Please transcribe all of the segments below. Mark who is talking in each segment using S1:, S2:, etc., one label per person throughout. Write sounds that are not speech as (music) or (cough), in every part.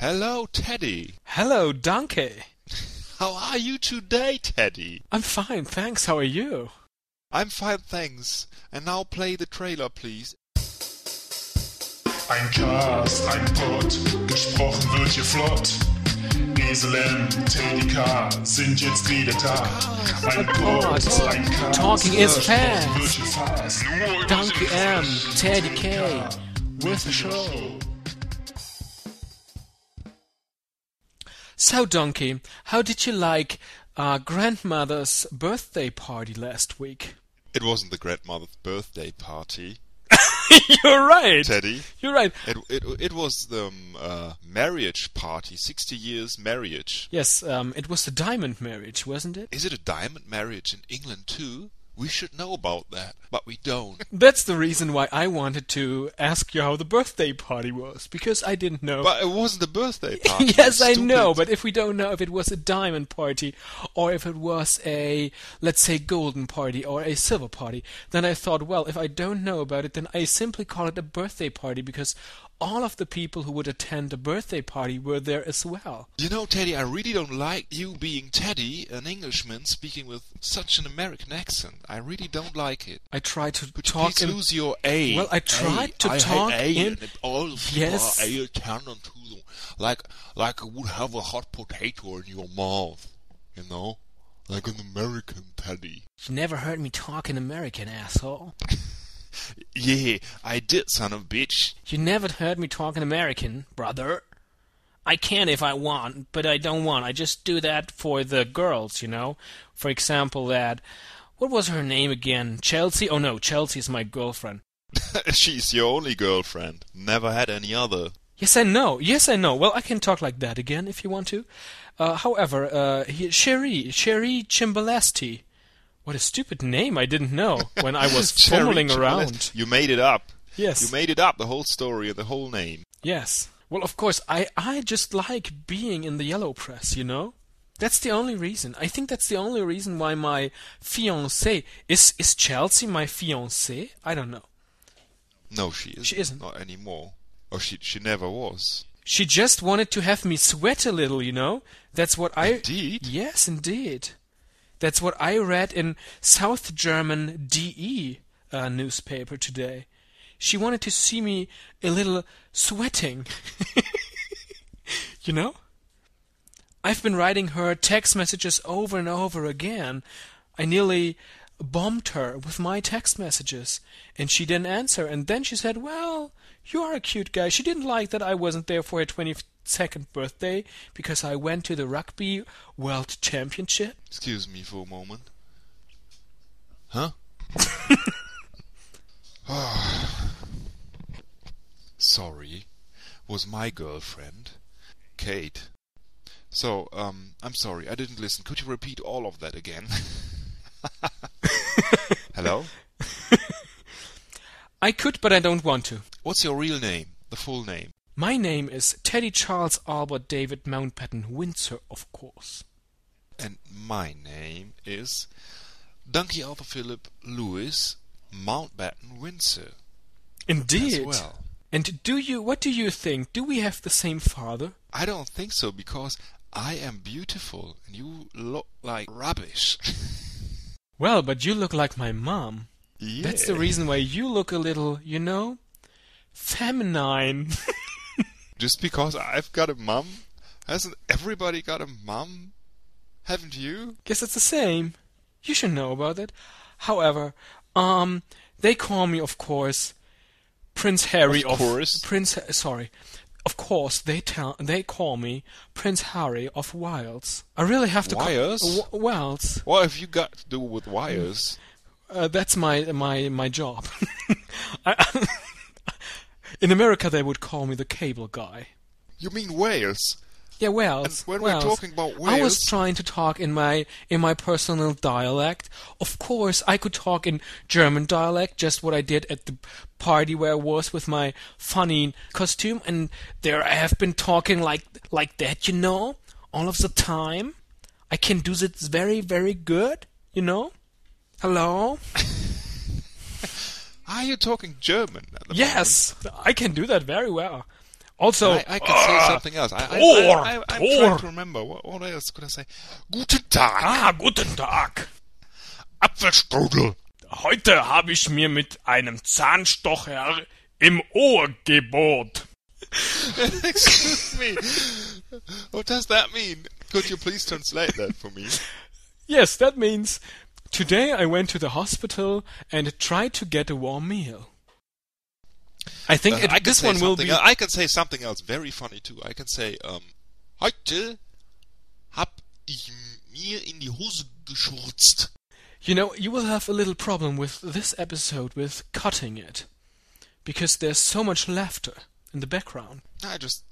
S1: Hello, Teddy.
S2: Hello, Donkey.
S1: How are you today, Teddy?
S2: I'm fine, thanks. How are you?
S1: I'm fine, thanks. And now play the trailer, please.
S3: Ein Cast, ein Pod, gesprochen wird hier flott. Eselem, Teddy K sind jetzt wieder da. Ein Pod, ein Cast,
S2: Talking is
S3: gesprochen
S2: fast.
S3: wird hier fast. Nur über
S2: Donkey
S3: den
S2: M, Teddy K.
S3: with the show.
S2: So, Donkey, how did you like our grandmother's birthday party last week? (laughs)
S1: It wasn't the grandmother's birthday party,
S2: You're right.
S1: Teddy.
S2: You're right.
S1: It it it was the um, uh, marriage party, sixty years marriage.
S2: Yes, um, it was the diamond marriage, wasn't it?
S1: Is it a diamond marriage in England too? We should know about that, but we don't.
S2: That's the reason why I wanted to ask you how the birthday party was, because I didn't know.
S1: but it wasn't a
S2: (laughs)
S1: birthday party.
S2: yes, I
S1: stupid.
S2: know, but if we don't know if it was a diamond party or if it was a, let's say, golden party or a silver party, then I thought, well, if I don't know about it, then I simply call it a birthday party because all of the people who would attend a birthday party were there as well.
S1: You know, Teddy, I really don't like you being Teddy, an Englishman speaking with such an American accent. I really don't like it.
S2: I tried to
S1: Could you
S2: talk
S1: please
S2: in.
S1: lose your A?
S2: Well, I tried
S1: A.
S2: to
S1: I hate
S2: talk
S1: A,
S2: in-
S1: and it- all the people
S2: Yes.
S1: are A turned onto them, like like I would have a hot potato in your mouth, you know, like an American Teddy.
S2: You never heard me talk in American, asshole.
S1: Yeah, I did, son of a bitch. (laughs)
S2: You never heard me talk in American, brother. I can if I want, but I don't want. I just do that for the girls, you know? For example, that. What was her name again? Chelsea? Oh no, Chelsea's my girlfriend.
S1: She's your only girlfriend. Never had any other.
S2: Yes, I know. Yes, I know. Well, I can talk like that again if you want to. Uh, however, uh, he, Sherry, Sherry Chimbalesti. What a stupid name I didn't know when I
S1: (laughs)
S2: was
S1: Cherry
S2: fumbling
S1: Chimbalist.
S2: around.
S1: You made it up.
S2: Yes.
S1: You made it up, the whole story, and the whole name.
S2: Yes. Well, of course, I, I just like being in the yellow press, you know? That's the only reason. I think that's the only reason why my fiancée is is Chelsea my fiancée? I don't know.
S1: No, she isn't.
S2: She isn't.
S1: Not anymore. Or she she never was.
S2: She just wanted to have me sweat a little, you know? That's what I
S1: Indeed.
S2: Yes, indeed. That's what I read in South German DE uh, newspaper today. She wanted to see me a little sweating. (laughs) you know? I've been writing her text messages over and over again. I nearly bombed her with my text messages, and she didn't answer. And then she said, Well, you are a cute guy. She didn't like that I wasn't there for her 22nd birthday because I went to the Rugby World Championship.
S1: Excuse me for a moment. Huh? (sighs) Sorry. Was my girlfriend. Kate. So, um, I'm sorry, I didn't listen. Could you repeat all of that again? (laughs) Hello?
S2: I could, but I don't want to.
S1: What's your real name? The full name?
S2: My name is Teddy Charles Albert David Mountbatten Windsor, of course.
S1: And my name is Donkey Arthur Philip Lewis Mountbatten Windsor.
S2: Indeed.
S1: As well.
S2: And do you what do you think? Do we have the same father?
S1: I don't think so because I am beautiful and you look like rubbish.
S2: Well, but you look like my mom.
S1: yeah.
S2: That's the reason why you look a little, you know, feminine. (laughs)
S1: Just because I've got a mum, hasn't everybody got a mum? Haven't you?
S2: Guess it's the same. You should know about it. However, um, they call me, of course, Prince Harry.
S1: Of course.
S2: Prince. Sorry, of course they tell they call me Prince Harry of Wales. I really have to.
S1: Wales?
S2: Call, w- Wales.
S1: What have you got to do with wires?
S2: Uh, that's my my my job. (laughs) I, (laughs) in America, they would call me the cable guy.
S1: You mean Wales?
S2: Yeah, Wales.
S1: And when we're
S2: Wales.
S1: talking about
S2: I was
S1: Wales-
S2: trying to talk in my in my personal dialect. Of course, I could talk in German dialect, just what I did at the party where I was with my funny costume, and there I have been talking like like that, you know, all of the time. I can do this very very good, you know. Hello.
S1: Are you Ah, talking German? At the
S2: Yes, I can do that very well. Also,
S1: I, I can say something else. I, I,
S2: Tor,
S1: I, I, I'm
S2: Tor.
S1: trying to remember. What, what else could I say? Guten Tag,
S2: ah, guten Tag.
S1: Apfelstrudel.
S2: Heute habe ich mir mit einem Zahnstocher im Ohr gebohrt.
S1: (laughs) Excuse me. What does that mean? Could you please translate that for me?
S2: Yes, that means today I went to the hospital and tried to get a warm meal. I think
S1: Uh,
S2: it,
S1: I can
S2: this
S1: say
S2: one will
S1: something
S2: be.
S1: el- I can say something else very funny too. I can say, um, heute hab ich mir in die Hose geschurzt.
S2: You know, you will have a little problem with this episode with cutting it. Because there's so much laughter in the background.
S1: I just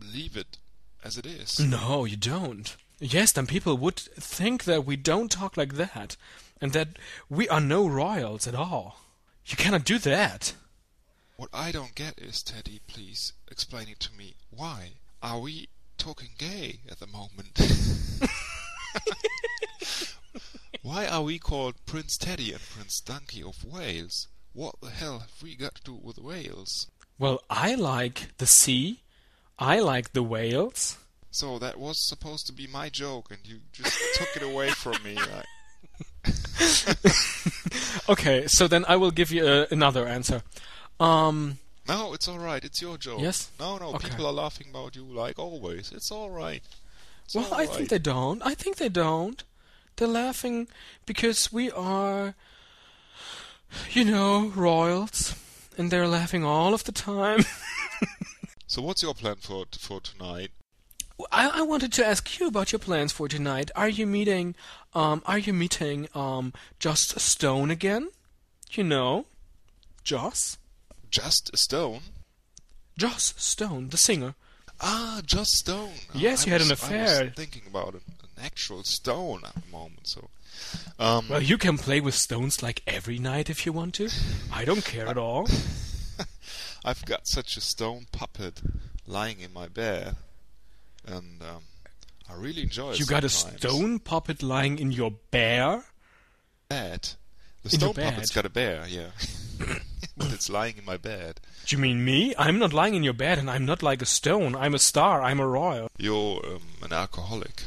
S1: leave it as it is.
S2: No, you don't. Yes, then people would think that we don't talk like that. And that we are no royals at all. You cannot do that.
S1: What I don't get is, Teddy, please explain it to me. Why are we talking gay at the
S2: (laughs)
S1: moment? Why are we called Prince Teddy and Prince Donkey of Wales? What the hell have we got to do with Wales?
S2: Well, I like the sea. I like the whales.
S1: So that was supposed to be my joke, and you just (laughs) took it away from me. Like,
S2: Okay, so then I will give you uh, another answer. Um,
S1: no, it's all right. It's your joke.
S2: Yes?
S1: No, no.
S2: Okay.
S1: People are laughing about you like always. It's all right. It's
S2: well,
S1: all
S2: I think
S1: right.
S2: they don't. I think they don't. They're laughing because we are, you know, royals, and they're laughing all of the time.
S1: So what's your plan for for tonight?
S2: I, I wanted to ask you about your plans for tonight. Are you meeting, um, are you meeting, um, Just Stone again? You know, Joss,
S1: Just a stone.
S2: Joss Stone, the singer.
S1: Ah, just stone. Ah,
S2: Yes,
S1: I
S2: you had an
S1: was- I
S2: affair.
S1: was thinking about an, an actual stone at the moment. So, um,
S2: Well, you can play with stones like every night if you want to. I don't care at all.
S1: I've got such a stone puppet lying in my bed, and um, I really enjoy it.
S2: You got a
S1: sometimes.
S2: stone puppet lying in your bear?
S1: bed. The
S2: In your
S1: stone puppet's
S2: bed?
S1: got a bear, yeah, (coughs) but it's lying in my bed.
S2: Do you mean me? I'm not lying in your bed and I'm not like a stone. I'm a star. I'm a royal.
S1: You're um, an alcoholic,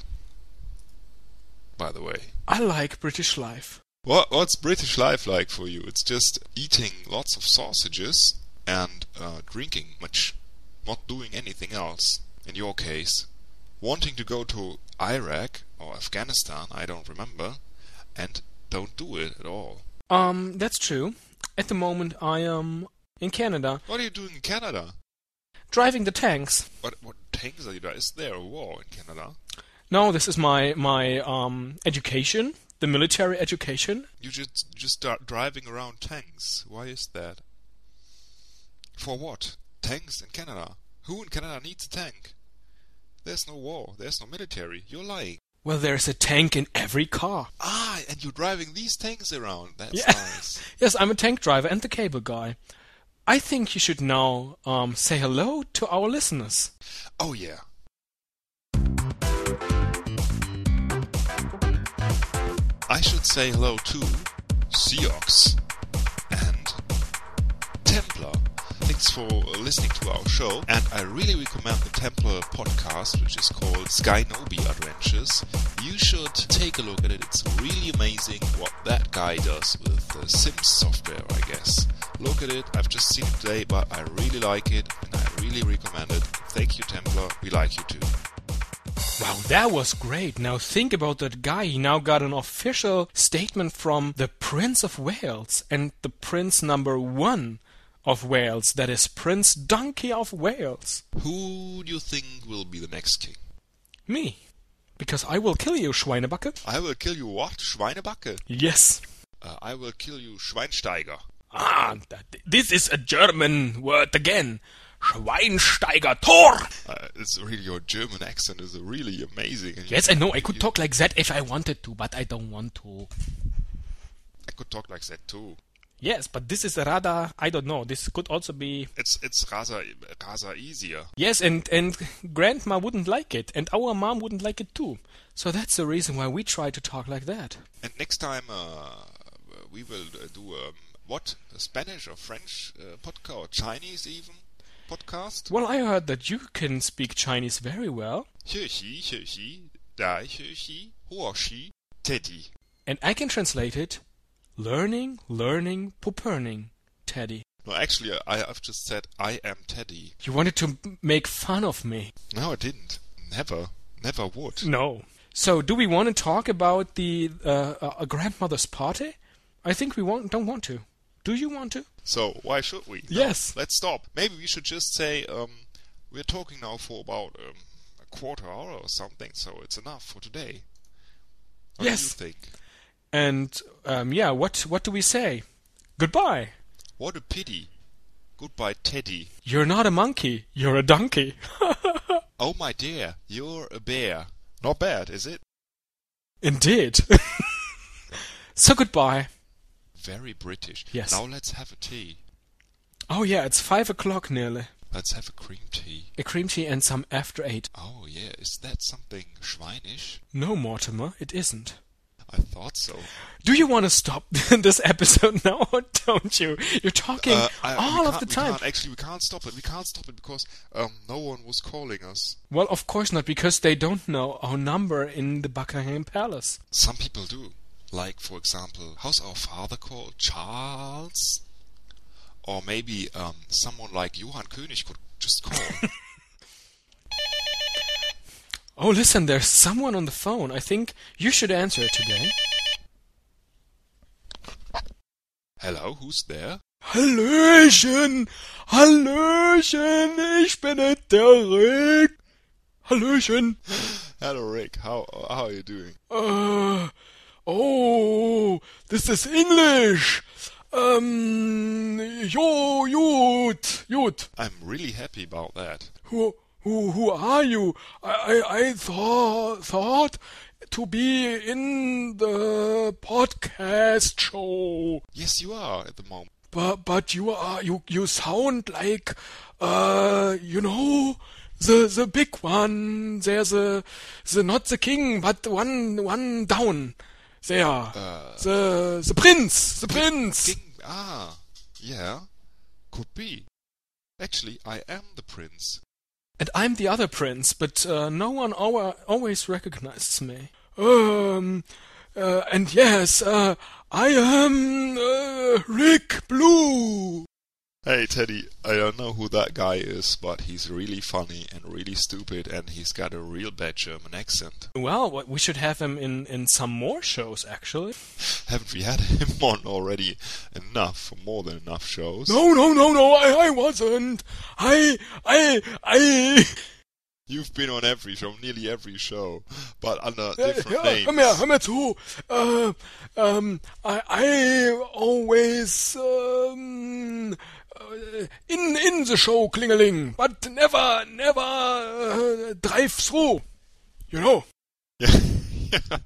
S1: by the way.
S2: I like British life.
S1: What what's British life like for you? It's just eating lots of sausages and uh, drinking much, not doing anything else. In your case, wanting to go to Iraq or Afghanistan, I don't remember, and don't do it at all.
S2: Um, that's true. At the moment, I am in Canada
S1: What are you doing in Canada?
S2: driving the tanks.
S1: What what tanks are you? Is there a war in Canada?
S2: No, this is my my um education, the military education.
S1: You just just start driving around tanks. Why is that? For what? Tanks in Canada? Who in Canada needs a tank? There's no war. There's no military. You're lying.
S2: Well, there's a tank in every car.
S1: Ah, and you're driving these tanks around. That's
S2: Yeah.
S1: nice.
S2: (laughs) Yes, I'm a tank driver and the cable guy. I think you should now um, say hello to our listeners.
S1: Oh yeah. I should say hello to Seox and Templar. Thanks for listening to our show, and I really recommend the Templar podcast, which is called Sky Nobi Adventures. You should take a look at it. It's really amazing what that guy does with the Sims software, I guess. Look at it. I've just seen it today, but I really like it, and I really recommend it. Thank you, Templar. We like you too.
S2: Wow, that was great. Now think about that guy. He now got an official statement from the Prince of Wales and the Prince number one of Wales, that is Prince Donkey of Wales.
S1: Who do you think will be the next king?
S2: Me. Because I will kill you, Schweinebacke.
S1: I will kill you what? Schweinebacke?
S2: Yes.
S1: Uh, I will kill you Schweinsteiger.
S2: Ah, that, this is a German word again. Schweinsteiger Tor!
S1: Uh, it's really your German accent is really amazing. and you-
S2: Yes, I know. I could talk like that if I wanted to, but I don't want to.
S1: I could talk like that too.
S2: Yes, but this is rather, I don't know. This could also be.
S1: It's it's rather rather easier.
S2: Yes, and, and grandma wouldn't like it, and our mom wouldn't like it too. So that's the reason why we try to talk like that.
S1: And next time uh, we will uh, do um, what A Spanish or French uh, podcast or Chinese even. podcast.
S2: Well, I heard that you can speak Chinese very well,
S1: Xie xie, dai xie xie, huo xi, Teddy.
S2: and I can translate it learning, learning, puperning, Teddy.
S1: No, actually, I have just said I am Teddy.
S2: You wanted to m- make fun of me.
S1: No, I didn't. Never, never would.
S2: No. So, do we want to talk about the uh, uh, a grandmother's party? I think we want, don't want to. Do you want to?
S1: So why should we? No,
S2: Yes.
S1: let's stop. Maybe we should just say um, we're talking now for about um, a quarter hour or something, so it's enough for today. What
S2: Yes.
S1: do you think?
S2: And um, yeah, what what do we say? Goodbye.
S1: What a pity. Goodbye, Teddy.
S2: You're not a monkey. You're a donkey. (laughs)
S1: Oh my dear, you're a bear. Not bad, is it?
S2: Indeed. (laughs) so goodbye.
S1: Very British.
S2: Yes.
S1: Now let's have a tea.
S2: Oh yeah, it's five o'clock nearly.
S1: Let's have a cream tea.
S2: A cream tea and some after eight.
S1: Oh yeah, is that something Schweinish?
S2: No, Mortimer, it isn't.
S1: I thought so.
S2: Do you want to stop (laughs) this episode now or don't you? You're talking
S1: Uh, I- we
S2: all of
S1: can't-
S2: the
S1: we
S2: time.
S1: can't- actually, we can't stop it. We can't stop it because um, no one was calling us.
S2: Well, of course not, because they don't know our number in the Buckingham Palace.
S1: Some people do. Like, for example, how's our father called? Charles? Or maybe um, someone like Johann König could just call.
S2: Oh, listen, there's someone on the phone. I think you should answer it today.
S1: Hello, who's there?
S2: Hallöchen! Hallöchen! Ich bin der Rick! Hallöchen!
S1: Hello, Rick. How, how are you doing?
S2: Uh, oh, this is English. Um, jo, gut, gut.
S1: I'm really happy about that.
S2: Who, who, who are you? I, I, I thought, thought to be in the podcast show,
S1: Yes, you are at the moment.
S2: but, but you are, you, you sound like, uh, you know, the, the big one. There's the, the, not the king, but one, one down. There.
S1: Uh,
S2: the, the prince, the prince.
S1: Ding. Ah, yeah. Could be. Actually, I am the prince.
S2: And I'm the other prince, but uh, no one al- always recognizes me. Um, uh, and yes, uh, I am uh, Rick Blue.
S1: Hey Teddy, I don't know who that guy is, but he's really funny and really stupid, and he's got a real bad German accent.
S2: Well, what- we should have him in, in some more shows, actually.
S1: Haven't we had him (laughs) on already enough for more than enough shows?
S2: No, no, no, no, I, I wasn't. I, I, I.
S1: You've been on every show, nearly every show, but under different names.
S2: Hör mir, hör mir zu. Äh, ähm, I, I always ähm, äh, in in the show klingeling, but never never äh, drive through. You know,
S1: Yeah. (laughs)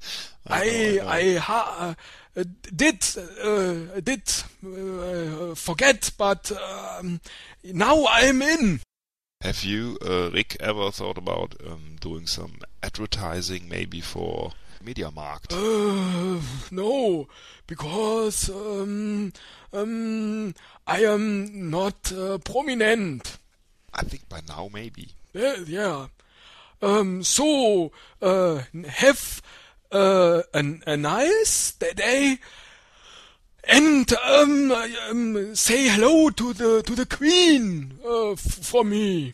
S1: I, know,
S2: I
S1: I know.
S2: I ha, äh, did äh, did äh, forget, but ähm, now I'm in.
S1: Have you, uh, Rick, ever thought about um, doing some advertising, maybe for MediaMarkt?
S2: Uh, no, because um, um, I am not uh, prominent.
S1: I think by now, maybe.
S2: Yeah, yeah. Um, so uh, have uh, an, a nice day, and um, um, say hello to the to the queen uh, f- for me.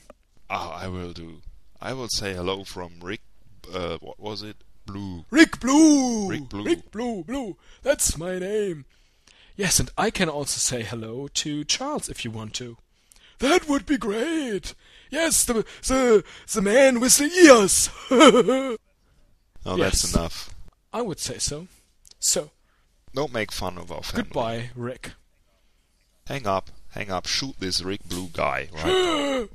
S1: Ah, I will do. I will say hello from Rick. Uh, what was it? Blue.
S2: Rick Blue.
S1: Rick Blue.
S2: Rick Blue. Blue. That's my name. Yes, and I can also say hello to Charles if you want to. That would be great. Yes, the the the man with the ears. (laughs)
S1: No,
S2: Yes.
S1: that's enough.
S2: I would say so. So
S1: Don't make fun of our family.
S2: goodbye, Rick. (gasps)
S1: Hang up. Hang up. Shoot this Rick Blue guy. Right.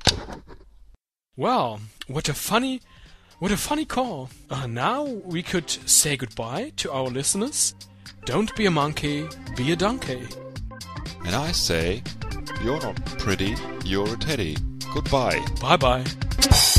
S2: Well, what a funny, what a funny call. Uh, now we could say goodbye to our listeners. Don't be a monkey, be a donkey.
S1: and I say, you're not pretty. You're a teddy. Goodbye.
S2: Bye bye.